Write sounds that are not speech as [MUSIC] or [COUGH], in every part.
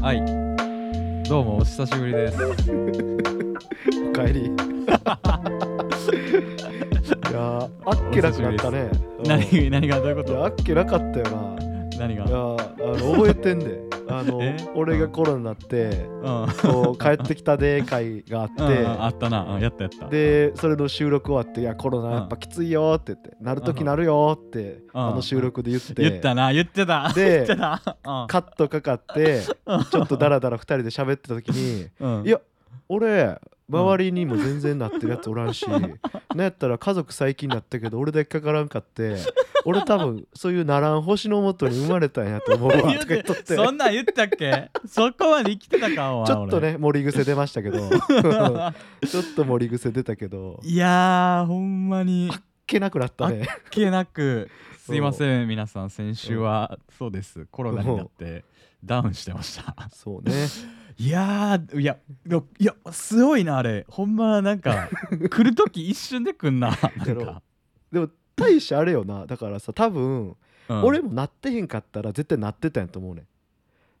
はい。どうもお久しぶりです。おか [LAUGHS] えりいやーあっけなくなったねうんい何何がどういうこやあと？っけなかったよない何が？やーあの覚えてんであの [LAUGHS] え俺がコロナになってうん。こう帰ってきたで会があっうんうんあてったな。うんやったやった。でそれの収録終わって「いやコロナやっぱきついよ」って言って「なるときなるよ」ってあの収録で言って言ったな言ってた。[LAUGHS] 言でってた。うんカットかかってちょっとダラダラ2人で喋ってた時 [LAUGHS] にうんいや俺周りにも全然なってるやつおらんし、なんやったら家族最近なったけど俺だけかからんかって俺多分そういうならん星のもとに生まれたんやと思うわとか言っとってそんなん言ったっけそこまで生きてたかお前ちょっとね盛り癖出ましたけど [LAUGHS] ち俺ょっと盛り癖出たけどいいやーほんまにけなくなったね消えなくすいません皆さん先週はそうですコロナになってダウンしてましたそうねいやーいやいやいやすごいなあれほんまなん [LAUGHS] か来る時一瞬で来んななやんろか、でも大してあれよなだからさ多分、うん俺もなってへんかったら絶対なってたんやと思うね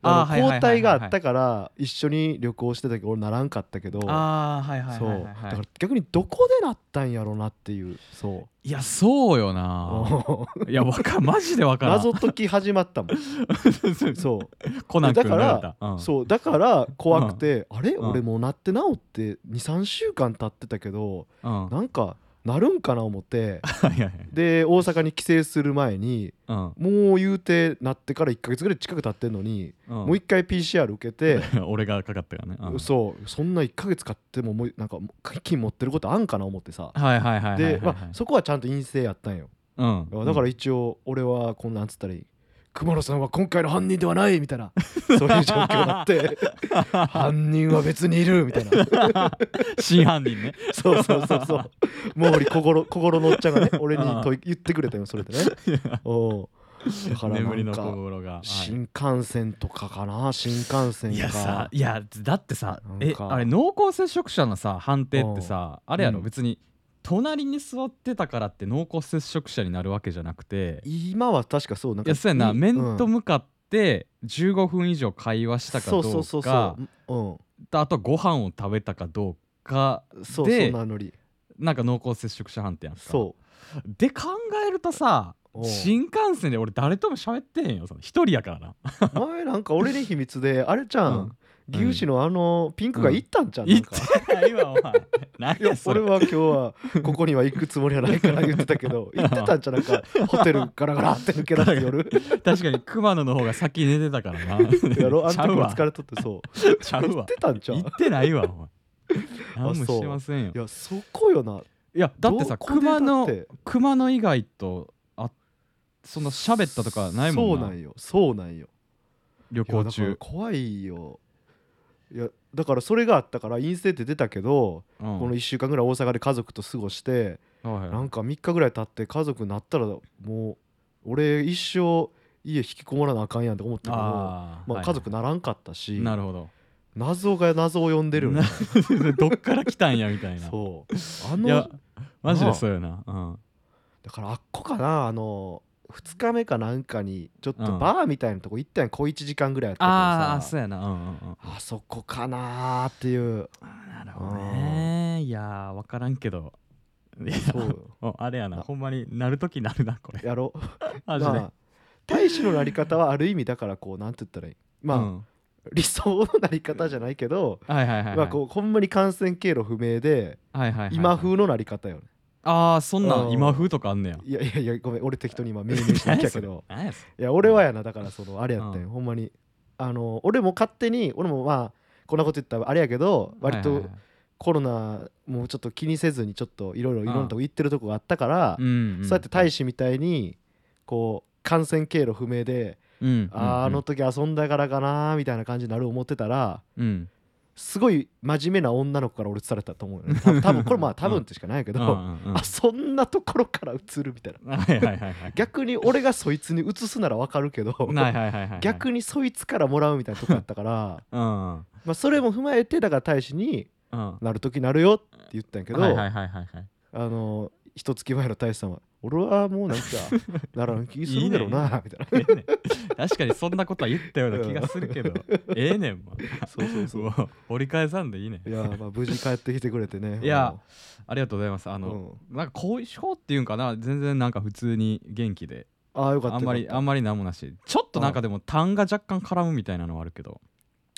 あーあのはいはいはいはい交代があったから一緒に旅行してたけど俺ならんかったけどああはいはいそはいうはだいかはい、ら逆にどこでなったんやろなっていうそういやそうよな [LAUGHS] いやわかんマジでわからん謎解き始まったもんそ [LAUGHS] コナン君が言っただううんそうだから怖くてあれうん俺もうなって治って23週間経ってたけどうんはなんかなるんかな思っていはいはいで大阪に帰省する前にうんもう言うてなってから1ヶ月ぐらい近く経ってんのにももう一回 PCR 受けて [LAUGHS] 俺がかかったからね、うんそうそんな1ヶ月買ってももうなんか金持ってることあんかな思ってさはいはいはいはいはいはいでまあそこはちゃんと陰性やったんようんだから一応俺はこんなんつったらいい熊野さんは今回の犯人ではないみた [LAUGHS] いなそういう状況になって犯人は別にいるみたいな真犯人ねそうそうそうそう毛利心心のおっちゃんがね俺に問い言ってくれた [LAUGHS] よそれで [LAUGHS] ねおうだから眠なりんのか心が、はい新幹線とかかな新幹線いやとさかいやだってさなんかえあれ濃厚接触者のさ判定ってさあれやろ、うん別に隣に座ってたからって濃厚接触者になるわけじゃなくて今は確かそうなんいかやそうやな、うん面と向かって15分以上会話したかどうかそうそうそうそうあとはご飯を食べたかどうかうんそうそでうなのになんか濃厚接触者判定やんかそで考えるとさうおう新幹線で俺誰とも喋ってへんよその一人やからな前なんか俺に秘密であれちゃうんん牛脂のあのピンクが行ったんじゃんな [LAUGHS] 言っんかてないわお前何いややそ俺れは今日はここには行くつもりはないから言ってた [LAUGHS] けど行ってたんじゃなんかホテルガラガラって抜け出す夜確かに熊野の方が先寝てたからなやろあちのゃ時うもわ疲れとってそうちゃう行わってたんじゃん言いってないわお前あ何もそうしてませんよやそこよないやだってさどこでだ熊って野熊野以外とあそんな喋ったとかないもんそなうなんよそうなんよ旅いや行だから中、怖いよいやだからそれがあったから陰性って出たけど、うんこの1週間ぐらい大阪で家族と過ごして、はいなはいんか3日ぐらい経って家族になったらもう俺一生家引きこもらなあかんやんって思ったけどあーまあ、家族ならんかったし、はいはいなるほど謎が謎を呼んでるよね [LAUGHS] どっから来たんやみたいなそうあいのやマジなであそうよなうんだからあっこかなあの2日目かなんかにちょっとうんバーみたいなとこ行ったんや小1時間ぐらいやったあからあさそうやなうんうんうんあそこかなーっていうなるほどねいやー分からんけどいや [LAUGHS] そうもうあれやなあほんまになるときなるなこれやろマジで、まあ大使のなり方はある意味だからこうなんて言ったらいいまあ、うん理想のなり方じゃないけど、はいはいはいはい、まあ、こうほんまに感染経路不明ではいはいはいはい今風のなり方よね、ああそんなうんん今風とかあんねやいやいやいやごめん俺適当に今命名してきた [LAUGHS] けど何やそれいや俺はやなだからそのあれやってん、うんほんまにあの俺も勝手に俺もまあこんなこと言ったらあれやけど割はいとはいはいコロナもうちょっと気にせずにちょっといろいろういんろんなとこ行ってるとこがあったから、んそうやって大使みたいにこう感染経路不明で、うんうんうんあーあの時遊んだからかなーみたいな感じになる思ってたらうんすごい真面目な女の子から俺されたと思うよね多分多分これまあ多分ってしかないけど、うんうんうんあそんなところから映るみたいなはいはいはいはい逆に俺がそいつに映すならわかるけどはいはいはいはい逆にそいつからもらうみたいなとこやったから [LAUGHS] うんうんまあそれも踏まえてだから大使にうんなる時なるよって言ったんやけど、はいはいはいはいはい [LAUGHS] あの一月前の大使さんは俺はもう [LAUGHS] なんかならん気するんだろうなみたいなええねん確かにそんなことは言ったような気がする [LAUGHS] けどええねんもうそうそうそうもう折り返さんでいいねいやまあ無事帰ってきてくれてねいやありがとうございますああのなんか後遺症っていうんかな全然なんか普通に元気であーよかったあんまりああんまり何もなしちょっとなんかでも痰が若干絡むみたいなのはあるけど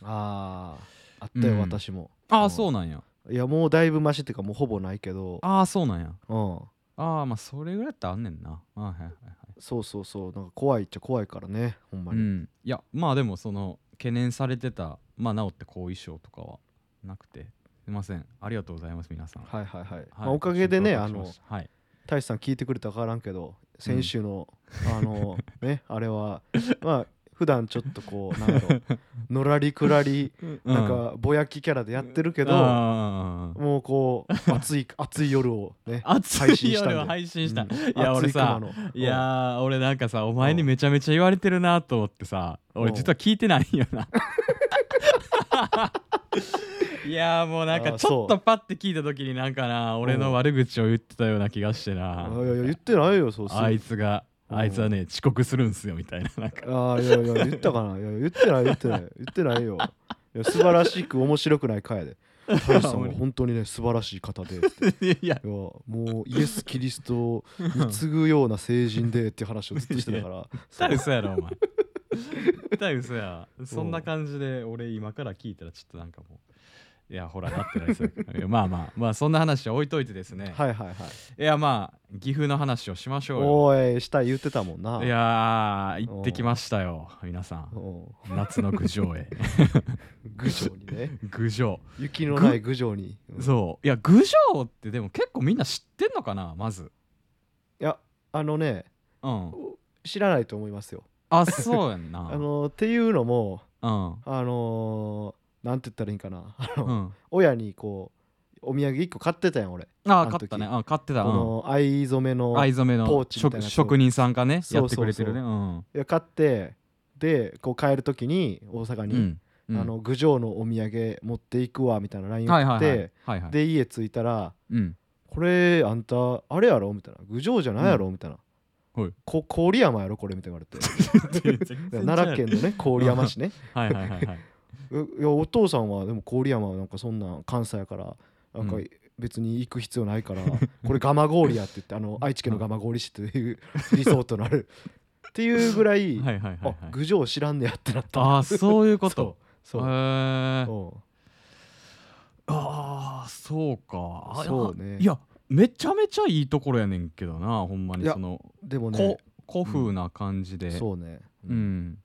あーあったよ、うん私もあうあんそうなんやいやもうだいぶマシっていうかもうほぼないけどああそうなんやうんああまあそれぐらいやったらあんねんなあーはいはいはいそうそうそうなんか怖いっちゃ怖いからねほんまうに、んいやまあでもその懸念されてたまあ治って後遺症とかはなくてすいませんありがとうございます皆さんはいはいはい、まはいあ、おかげでねごあ心配おかけしのましたはい大志さん聞いてくれたか分からんけど先週の、[LAUGHS] あのねあれはまあ普段ちょっとこうなんだろ [LAUGHS] うのらりくらりなんかぼやきキャラでやってるけけど、もうこう熱い熱い夜をね熱配信いしたんで夜は配信したうんいや熱俺い熊さのいやー俺なんかさお前にめちゃめちゃ言われてるなと思ってさ俺うん実は聞いてないんよな [LAUGHS] いやーもうなんあーかちょっとパッて聞いた時になんかな俺の悪口を言ってたような気がしてうんないやいや言ってないよそうすぐあいつがうんあいつはね遅刻するんすよみたいななんかああいやいや言ったかないや言ってない言ってない言ってないよいや素晴らしく面白くない回で大志さんは本当にね素晴らしい方でっていやいやもうイエス・キリス [LAUGHS] トを貢ぐような成人でっていう話をずっとしてた [LAUGHS] から絶対そう嘘やろお前絶対嘘やそんな感じで俺今から聞いたらちょっとなんかもういやほらなってないですよいやまあまあまあそんな話は置いといてですね、はいはいはいい、やまあ岐阜の話をしましょうよおいしたい言ってたもんないやー行ってきましたよ皆さんうん夏の郡上 [LAUGHS] へ郡上に [LAUGHS] ね郡上雪のない郡上にうんいそういや郡上ってでも結構みんな知ってんのかなまずやあのねうん知らないと思いますよあそうやんな [LAUGHS] あのっていうのもうんあのーなんて言ったらいいんかなあのうん親にこうお土産1個買ってたやん俺あああの買時ったねあ買ってたこうんの藍染めの藍染めポのーチみたいな職やつ職人さんがねそやうそっうてそうくれてるねうんいや買ってでこう帰る時に大阪うに、んうんあの郡上のお土産持っていくわみたいな LINE はい送はいはっいてはいはいで家着いたらうん「これあんたあれやろ?」みたいな「郡上じゃないやろ?」みたいな「はいこ郡山やろこれ」みたい [LAUGHS] な言われて [LAUGHS] 奈良県のね郡山市ねはいはいはいはい「いやお父さんはでも郡山はなんかそんなん関西やからなんかうん別に行く必要ないからこれ蒲郡や」って言ってあの愛知県の蒲郡市 [LAUGHS] というリゾートのあるっていうぐらいはいはいはいはあい郡上知らんねやってなったああそういうことへ [LAUGHS] そうそうえうんああそうかあそうねいやめちゃめちゃいいところやねんけどなほんまいにやそのでもねこ古風な感じでそうね、うん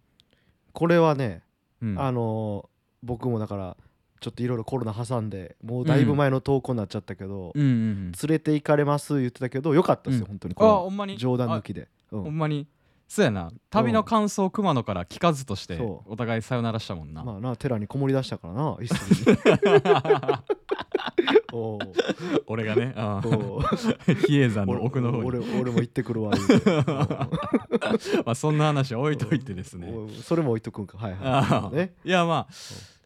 これはね、うんあのー僕もだからちょっといろいろコロナ挟んでもうだいぶ前の投稿になっちゃったけど、うんうんうん連れて行かれます言ってたけどよかったですよ、うん本当にあこれはほんまに冗談抜きで、うんほんまにそうやな旅の感想を熊野から聞かずとしてそお互いさよならしたもんな、まあな寺にこもり出したからな一切 [LAUGHS] におう俺がねあおーう [LAUGHS] 比叡山の奥の方に俺俺俺も行ってくるわ言 [LAUGHS] うてまあそんな話は置いといてですねおうそれも置いとくんかはいあはーい、ね、いやまあ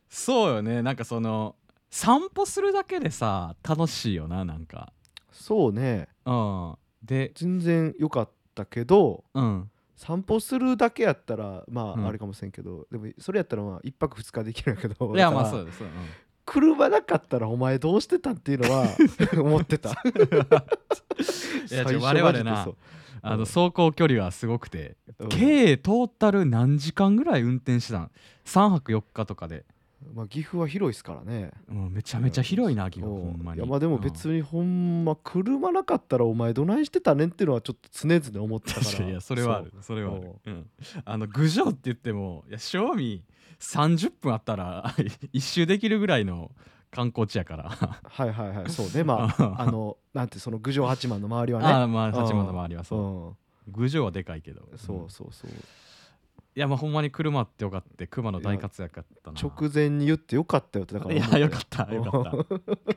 そうよねなんかその散歩するだけでさ楽しいよななんかそうねうんで全然良かったけどうん散歩するだけやったらまうんああれかもしれんけど、でもそれやったらまあ一泊二日できるんやけどいやだからまあそうだそうだうん車なかったらお前どうしてたっていう [LAUGHS] のは思ってたいや我最初々なマジでそうあうんの走行距離はすごくてうん計トータル何時間ぐらい運転してたん3泊4日とかで、まあ、岐阜は広いですからねうん、めちゃめちゃ広いな岐阜うんほんまにいやまあでも別にほんま車なかったらお前どないしてたねんっていうのはちょっと常々思ってた確かからにいやそれはあるそれはある、うん、あの郡上って言ってもいや正味30分あったら [LAUGHS] 一周できるぐらいの観光地やから [LAUGHS] そうはいはいはいそうねま [LAUGHS] ああのなんてその郡上八幡の周りはねああまあ八幡の周りはうそんう郡上はでかいけどそんうそうそういやまあほんまに車あってよかった熊の大活躍やったな直前に言ってよかったよってだからい思やよかったよかったった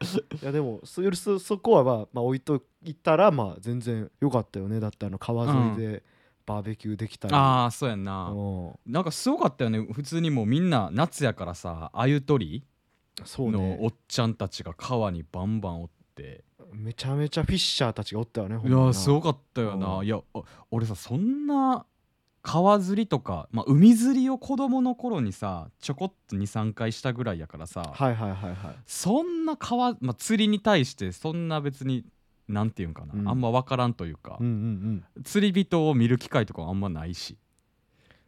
いやでもそよりそそこはまあ、まあ、置いといたらまあ全然よかったよねだってあの川沿いでバーベキューで [LAUGHS] きたり、ああそうやんうなんなんかすごかったよね普通にもうみんな夏やからさ鮎取りそうのおねっちゃんたちが川にバンバンおってめめちゃめちゃフィッシャーたちがおったよねほいんまにやなすごかったよなうんいやお俺さそんな川釣りとか、まあ、海釣りを子供の頃にさちょこっと23回したぐらいやからさ、はいはいはいはいそんな川、まあ、釣りに対してそんな別になんていうんかな、うんあんま分からんというか、うんうんうん釣り人を見る機会とかあんまないし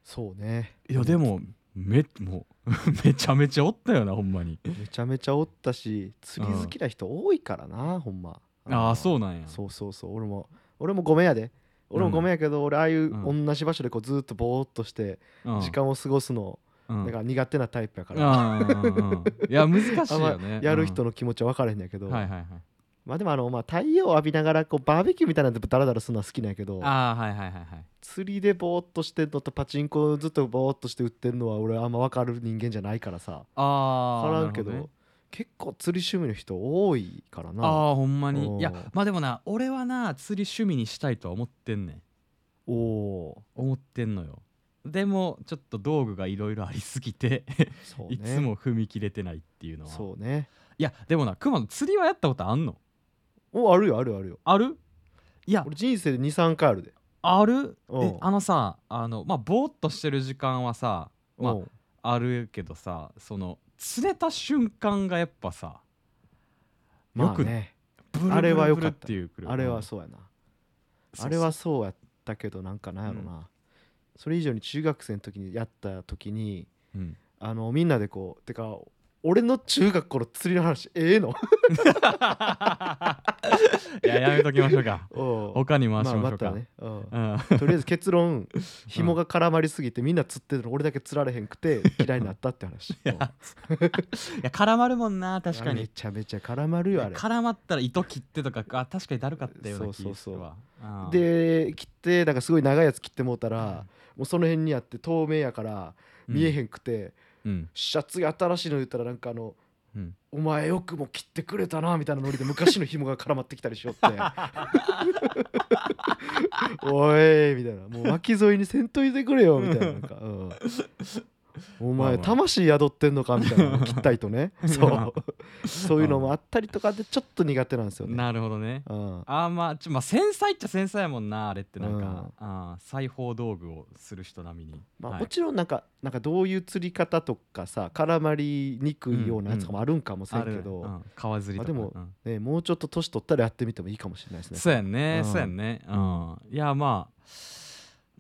そうねいやでもめもう [LAUGHS] めちゃめちゃおったよなほんまにめちゃめちゃおったし釣り好きな人多いからな、ほんまああーそううなんやそうそうそう俺も俺もごめんやで俺もごめんやけど、俺ああいうう同じ場所でこうずっとぼーっとしてうん時間を過ごすの、うんだから苦手なタイプやから、うんうんうんうんいや難しいよあんまねやる人の、の気持ちは分からへんやけど、うんはいはいはいまあでもあの、まあ、太陽浴びながらこうバーベキューみたいなのダラダラするのは好きなんやけどああはいはいはいはい釣りでぼーっとしてんのとパチンコをずっとぼーっとして売ってるのは俺あんま分かる人間じゃないからさああ分からんけどなるほね結構釣り趣味の人多いからなあーほんまおにーいやまあでもな俺はな釣り趣味にしたいとは思ってんねんおお思ってんのよでもちょっと道具がいろいろありすぎて、ーそうねいつも踏み切れてないっていうのはそうねいやでもな熊の釣りはやったことあんのおあるよあるよあるよあるいや俺人生で23回あるであるうんえあのさあのまあぼーっとしてる時間はさまあうんあるけどさその釣れた瞬間がやっぱさまあよくねブルブルブルあれは良かったっていうくるあれはそうやなあれはそうやったけどなんかなんやろな、それ以上に中学生の時にやった時にうんあのみんなでこうてか俺の中学頃釣りの話え [LAUGHS] えのいややめときましょうかおう他にま回しあましまょうか、たね、うんうんとりあえず結論紐が絡まりすぎてみんな釣ってるの俺だけ釣られへん [LAUGHS] くて嫌いになったって話いや [LAUGHS] うんいや絡まるもんな確かめにちゃめちゃ絡まるよあれ絡まったら糸切ってとかあ確かにだるかったような気そうがそすうそうるわうんで切ってだからすごい長いやつ切ってもうたら、うんもうその辺にあって透明やから見えへんくて、 [LAUGHS] うんシャツが新しいの言ったらなんかあのうんお前よくも切ってくれたなみたいなノリで昔の紐が絡まってきたりしよっておいみたいなもう巻き添えにせんといてくれよみたいな [LAUGHS] なんか、うん、まあおま前あ魂宿ってんのかみたいな切ったり [LAUGHS] とねそうそういうのもあったりとかでちょっと苦手なんですよね、なるほどねうん、あーまあちょまあ繊細っちゃ繊細やもんなあれってなんうんか、あー裁縫道具をする人並みに、まあ、はいもちろんなんかなんかどういう釣り方とかさ絡まりにくいようなやつとかもあるんかもしれんけど、あるうん川釣りとかあでもうんね、もうちょっと年取ったらやってみてもいいかもしれないですねそうやんね、うんそうやんねうんいやまあ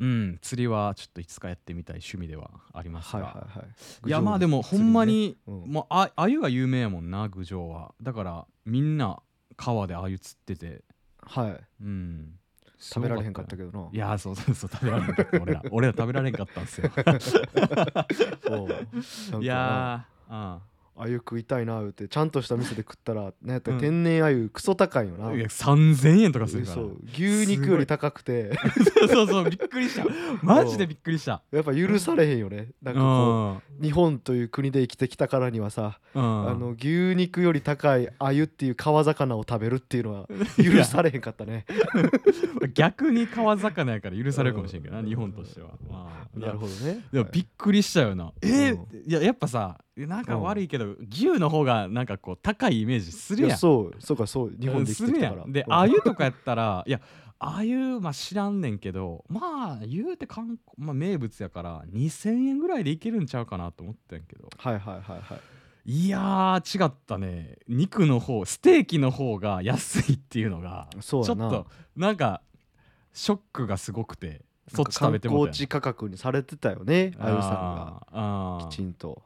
うん釣りはちょっといつかやってみたい趣味ではありますが、はいいはいはい。やまあでも、もほんま釣に、うん、もうあ鮎が有名やもんな郡上はだからみんな川で鮎釣っててはい。うん食べられへんかったけけどな。いやそうそうそう食べられへんかった俺 [LAUGHS] ら俺ら食べられへんかったんですよおう、いいややーあゆ食いたいな言うてちゃんとした店で食ったらうね、ん天然あゆクソ高いよな。うんいや3000円とかするからそそうう牛肉より高くて [LAUGHS] そうそうびっくりしたマジでびっくりしたやっぱ許されへんよねなんかこう日本という国で生きてきたからにはさ、うんあの牛肉より高いあゆっていう川魚を食べるっていう [LAUGHS] のは許されへんかったね逆に川魚やから許されるかもしれんけどな日本としては。まあいやなるほどねでもびっくりしたよな。えうーいややっぱさなんか悪いけど牛の方がなんかこう高いイメージするいややん。そうそうかそう日本で生きてするきたかやらんでうんあゆとかやったらいやあゆまあ知らんねんけどまあ言うて観光、まあ、名物やから2,000円ぐらいでいけるんちゃうかなと思ったんやけどはいはいはいはいいやー違ったね肉の方ステーキの方が安いっていうのがちそょうっやなとなんかショックがすごくてそっち食べてなもんか観光地価格にされてたよねあゆさんんがきちんと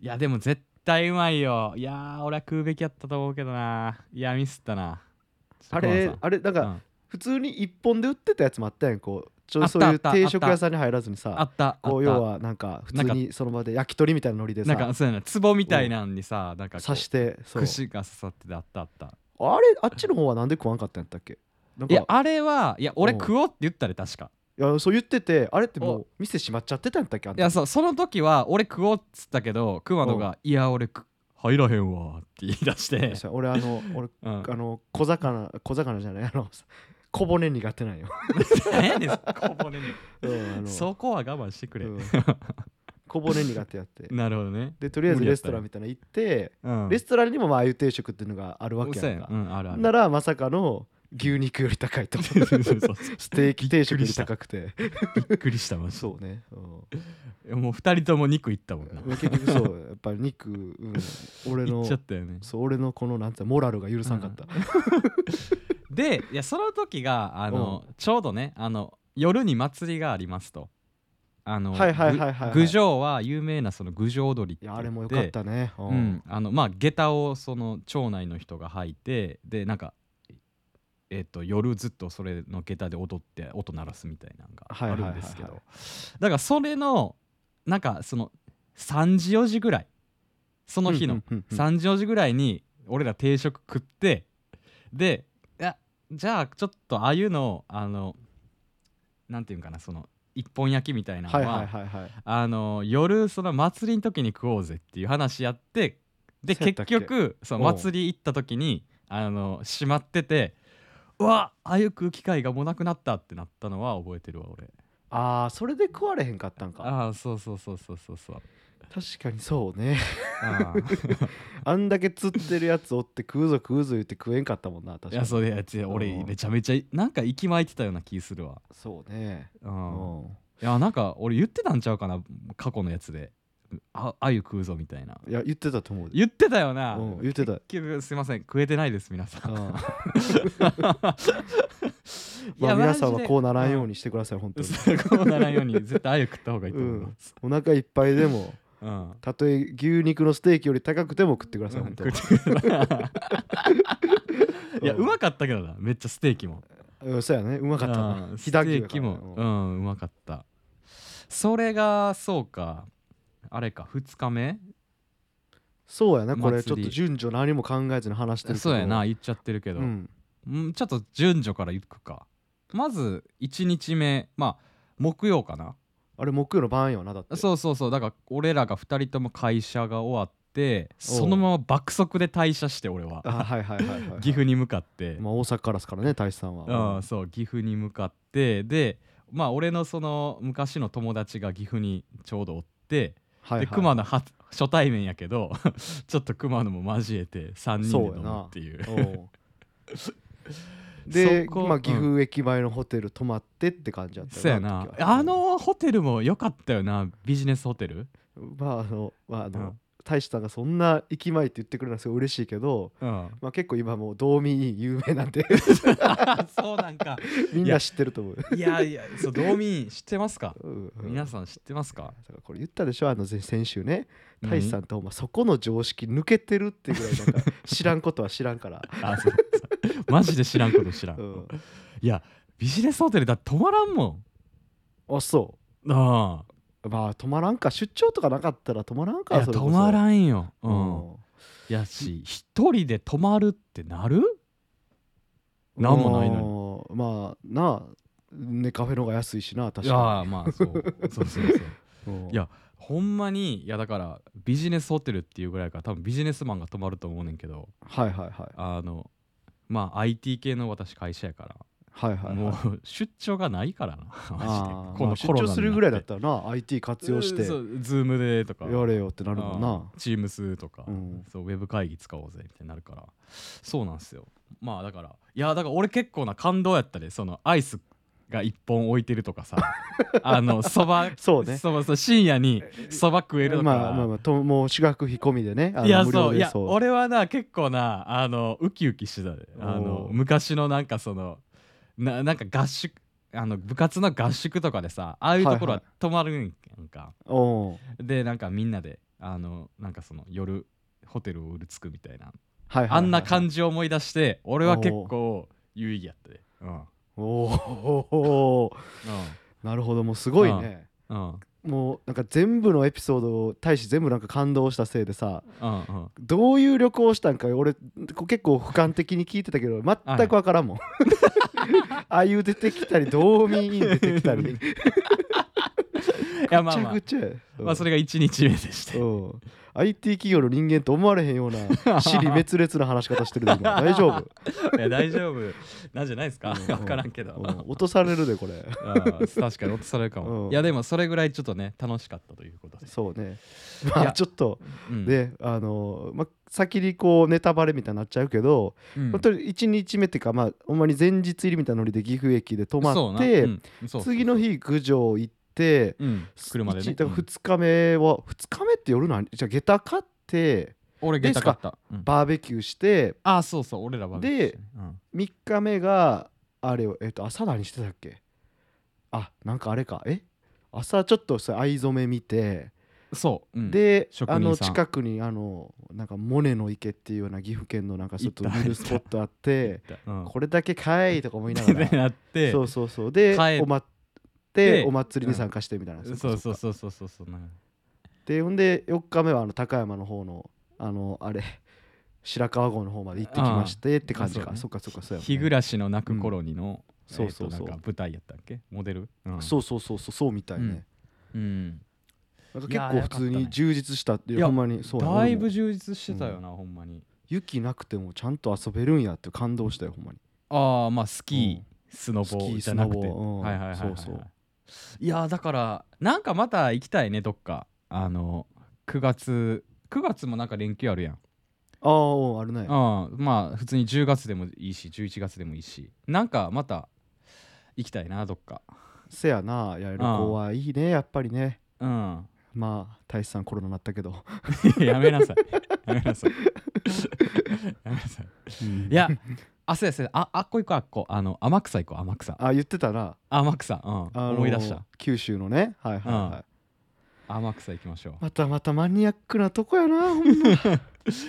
いやでも絶対うまいよいやー俺は食うべきやったと思うけどないやミスったなあれあれなんれか普通に一本で売ってたやつもあったやんこうちょあったそういあうった定食屋さんに入らずにあさったあこっうた要はなんか普通にその場で焼き鳥みたいなノリでなさんかそうやな壺みたいなんにさなんかこう刺してそう串が刺さっててあったあったあれあっちの方はなんで食わんかったんやったっけなんいやかあれはいや俺うん食おうって言ったで確かやそう言っててあれってもう店閉まっちゃってたんだっけあんいたやそうその時は俺食おうっつったけど熊野うが「いや俺く入らへんわ」って言い出して、そう俺あの俺うん、あの小魚小魚じゃないあの小骨苦手 [LAUGHS] なんよ、何やねん小骨にうんあのそこは我慢してくれ、うん [LAUGHS] 小骨苦手やってなるほどね、でとりあえず無理やレっスたねトランみたいなの行って、うん、レストランにもまあああいう定食っていうのがあるわけそうややんんかうん、あるあるならまさかの牛肉より [LAUGHS] 高いとそうそうそうそうステーキ定食より高くてびっくりしたもんそうね、う、もう二人とも肉行ったもんなん結局そうやっぱり肉、うん、俺行のっちゃったよねそう俺のこのなんてモラルが許さんかった、でいやその時があのちょうどねあの夜に祭りがありますとあのはいはいはいはいはいぐ郡上は有名なその郡上踊りってい言やてあれもよかったね、ううん、あのまあ下駄をその町内の人が履いてでなんかえっと夜ずっとそれの下駄で踊って音鳴らすみたいなのはがいあはいるはんいはいですけどだからそれのなんかその3時4時ぐらいその日のうんうんうん3時4時ぐらいに俺ら定食食ってでいやじゃあちょっとああいうのをあのなんていうんかなその一本焼きみたいなのはいははいはいはいあの夜その祭りの時に食おうぜっていう話やってでそうやった結っけ局そのおう祭り行った時にあの閉まっててうわああいう空気会がもうなくなったってなったのは覚えてるわ俺ああそれで食われへんかったんかああそうそうそうそうそうそう確かにそうねああんだけ釣ってるやつおって食うぞ食うぞ言って食えんかったもんな確あかにいやそういやつ俺うんめちゃめちゃなんか息巻いてたような気するわそうねううんんいやなんか俺言ってたんちゃうかな過去のやつでああゆ食うぞみたいないや言ってたと思う言ってたよなうん言ってた結局すいません食えて [LAUGHS] ないです皆さうんんまいやあ皆さんマジはでこうならんようにしてください本当 [LAUGHS] にそうこうならんように絶対あゆ食った方がいいと思います。お腹いっぱい [LAUGHS] でもうん。たとえ牛肉のステーキより高くても食ってください本当 [LAUGHS] にいやうんうまかったけどなめっちゃステーキも。うんそうやねうまかったうなん飛ステ騨牛ーやからねキもうんうまかった。それがそうかあれか2日目そうやなこれちょ祭っりと順序何も考えずに話してるけどそうやな言っちゃってるけど、うんうんちょっと順序からいくか。まず1日目まあ木曜かな。あれ木曜の晩よなだってそうそうそうだから俺らが2人とも会社が終わってそのまま爆速で退社して俺はあはいはいはいはいはい岐阜に向かって、まあ大阪からですからね大志さんあはあそう岐阜に向かってでまあ俺のその昔の友達が岐阜にちょうどおって、はいはいで熊野初初対面やけど [LAUGHS] ちょっと熊野も交えて3人で飲むっていう [LAUGHS] おうでそこまあ岐阜駅前のホテル泊まってって感じだったよ [LAUGHS] そうやなあのホテルも良かったよなビジネスホテル、時はまああのまああうのん大志さんがそんな駅前って言ってくれるのはすごい嬉しいけどうん、 [LAUGHS] まあ結構今もう道民委員有名なんでそうなんかみんな知ってると思ういやいやそう道民知ってますかうんうん皆さん知ってますかだからこれ言ったでしょあの前先週ね大志さんとお前そこの常識抜けてるってぐらいなんか知らんことは知らん [LAUGHS] から、あそうそうマジで知らんこと知らん、うん、いやビジネスホテルだって泊まらんもあそんああうまあ泊まらんか出張とかなかったら泊まらんかいやそれこ泊そまらんよ、ううんんいやし一人で泊まるってなるなんもないのにまあなあねカフェの方が安いしない確やかまあそうそうそうそうにうんいやほんまにいやだからビジネスホテルっていうぐらいから多分ビジネスマンが泊まると思うねんけどはいはいはいあのまあ IT 系の私会社やから、はいはいはいもう出張がないからなマあジーでこまのあ出コロナになって張するぐらいだったらな IT 活用してそうズームでとかやれよってなるもんなチーム数とか、うんそうウェブ会議使おうぜみたいになるからそうなんですよまあだからいやだから俺結構な感動やったでそのアイスが1本置いてるとかさ [LAUGHS] あのそばそうねそばそう深夜にそば食えるとか、まあまあまあともう宿泊費込みでねあのいや無そ料ういでやそう俺はな結構なあのウキウキしてたであのおー昔のなんかそのななんか合宿あの部活の合宿とかでさああいうところはいは泊まるんやんか、おうでなんかみんなであのなんかその夜ホテルをうるつくみたいなはいはいはいはい [LAUGHS] あんな感じを思い出して俺は結構有意義やったでうんおおなるほどもうすごいねうんもうなんか全部のエピソードを対して全部なんか感動したせいでさうんうんどういう旅行をしたんか俺こ結構俯瞰的に聞いてたけど全く分からんもん、 [LAUGHS] ああいう出てきたり道民院出てきたりぐ [LAUGHS] い [LAUGHS] やまあちゃまあぐちゃや、まあそれが1日目でしてうん IT 企業の人間と思われへんような尻滅裂な話し方してるで [LAUGHS] 今大丈夫いや大丈夫なんじゃないですか分からんけどうん落とされるでこ [LAUGHS] れあー確かに落とされるかも、うんいやでもそれぐらいちょっとね楽しかったということです、そうねまあちょっとうん、であのまあ先にこうネタバレみたいになっちゃうけど、うん、本当に1日目っていうかまあほんまに前日入りみたいなノリで岐阜駅で泊そうまっなて、うんそうそうそう次の日九条行って、うん、車で一ねだからうん2日目は2日目って夜なんじゃあ下駄買って俺で下駄買った、うんバーベキューしてあーそうそう俺らはで、うん3日目があれをえっ、と朝何してたっけあなんかあれかえ朝ちょっとそれ藍染め見て、そう、うん、で職人さんあの近くにあのなんかモネの池っていうような岐阜県のなんかちょっと行った見るスポットあってうん、これだけかいとか思いながら [LAUGHS] でなってそうそうそうで帰ってお,、ま、ででお祭りに参加してみたいな、そうそううそうそうそうそうなんかでほんで4日目はあの高山の方のあのあれ白川郷の方まで行ってきましてって感じかあそっかそっかそうやもんね日暮らしの泣く頃にの、うんえーとそうそうそうなんか舞台やったっけモデル、うん、そうそうそうそうそうみたいね、うん、なんいかやー結構普よ通かったにね充実したっていういやほんまにそうやだい俺ぶも充実してたよな、ほんまに雪なくてもちゃんと遊べるんやって感動したよほんまにああまあスキー、うんスノボスキーじゃなくて、スノボうんはいはいはいはいはいそうそういやーだからなんかまた行きたいねどっかあの9月9月もなんか連休あるやん、ああうんあるねうん、まあ普通に10月でもいいし11月でもいいしなんかまた行きたいなどっかせやなやれるうん子はいいねやっぱりねうんまあ大志さんコロナなったけど、やめなさいやめなさいやめなさいいやあそうやそうやああっこ行こうあっこあの天草行こう天草あ言ってたな、天草、うんあのー思い出した九州のねはいはいはい、うん天草行きましょうまたまたマニアックなとこやなほんま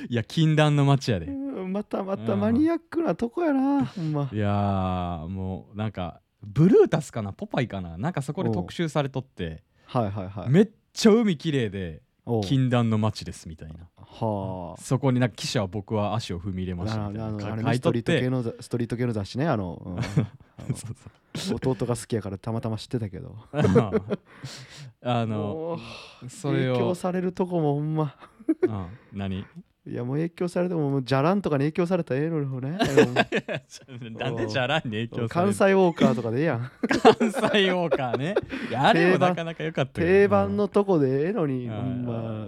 いや禁断の町やでうんまたまたマニアックなとこやなほんまいやーもうなんかブルータスかなポパイかななんかそこで特集されとってはいはいはいめっちゃ海綺麗でおう禁断の街ですみたいなはあそこになんか記者は僕は足を踏み入れましたなみたないあのなあれ書ねいスとトっリート系てのざストリート系の雑誌ねあの、うんあ [LAUGHS] のそうそう弟が好きやからたまたま知ってたけど [LAUGHS] あのもうそれ影響を、されるとこもほんまうん、何いやもう影響されてももうじゃらんとかに影響されたらええのにほねあれもなんでじゃらんに影響され関る西ウォーカーとか [LAUGHS] でええやん関西ウォーカーねいやあれもなかなか良かったよ定番のとこでええのに、うんほん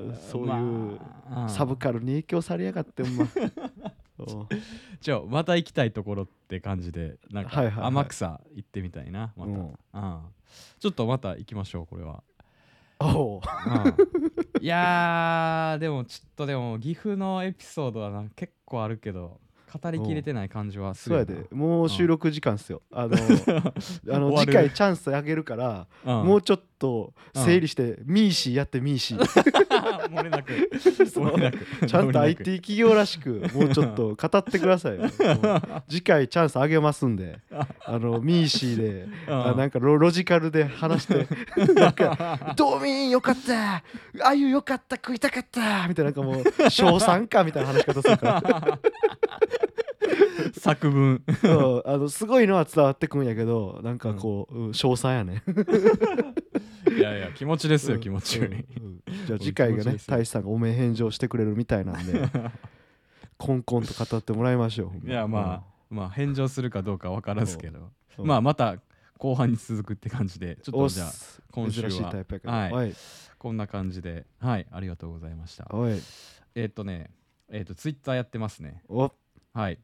まそういうまあサブカルに影響されやがってほ [LAUGHS] んまおうじゃあまた行きたいところって感じでなんかはいはいはい天草行ってみたいなまた、ううんんちょっとまた行きましょうこれは、おうう [LAUGHS] んいやーでもちょっとでも岐阜のエピソードはな結構あるけど語りきれてない感じはすそるうやよでもう収録時間っすよ、あ [LAUGHS] のあ終のわ次る回チャンスあげるから、な、うんもううちょっと整理して、ミーシーやってミーシ [LAUGHS] ー漏れなく [LAUGHS] 漏れな [LAUGHS] くちゃ漏れなんとく IT 企業らしくもうちょっと語ってく [LAUGHS] ださいよもう次回チャンスあげますんであのミーシーで、うんあなんかロロジカルで話して [LAUGHS] なんか「ドーミンよかったあゆよかった食いたかった」みたいななんかもう賞賛かみたいな話し方す [LAUGHS] るから。作文うんあのすごいのは伝わってくんやけどなんかこう、うん、賞賛やねいやいや気持ちですよ気持ちより、うんうんじゃあ次回気持がちいいねですね大志さんがおめ返上してくれるみたいなん [LAUGHS] でコンコンと語ってもらいましょうほんまいやまあ、まあ返上するかどうか分からずけど、うんまあまた後半に続くって感じでちょっおとっじゃあす今週は珍しいタイプやからはいはいこんな感じではいありがとうございましたおいえっ、とねえっ、とツイッターやってますねおはい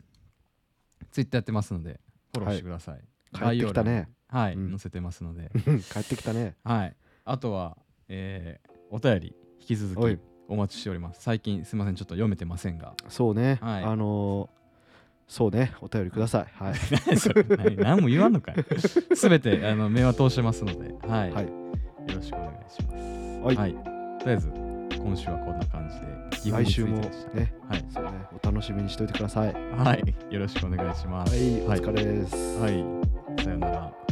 ツイッターやってますのでフォローしてください、帰ってきたねはい、うん載せてますので帰ってきたねはいあとはえーお便り引き続おいきお待ちしております最近すいませんちょっと読めてませんがそうね、はいあのーそうねお便りくだ [LAUGHS] さいはい何それ何何も言わんの [LAUGHS] かい全てあの目は通してますのではい、はいよろしくお願いしますはい、はい。とりあえず、今週はこんな感じで、岐阜に来ついて週もでしたねはい。そうねお楽しみにしておいてくださいはいはい。よろしくお願いします。お疲れです、はい。さよなら。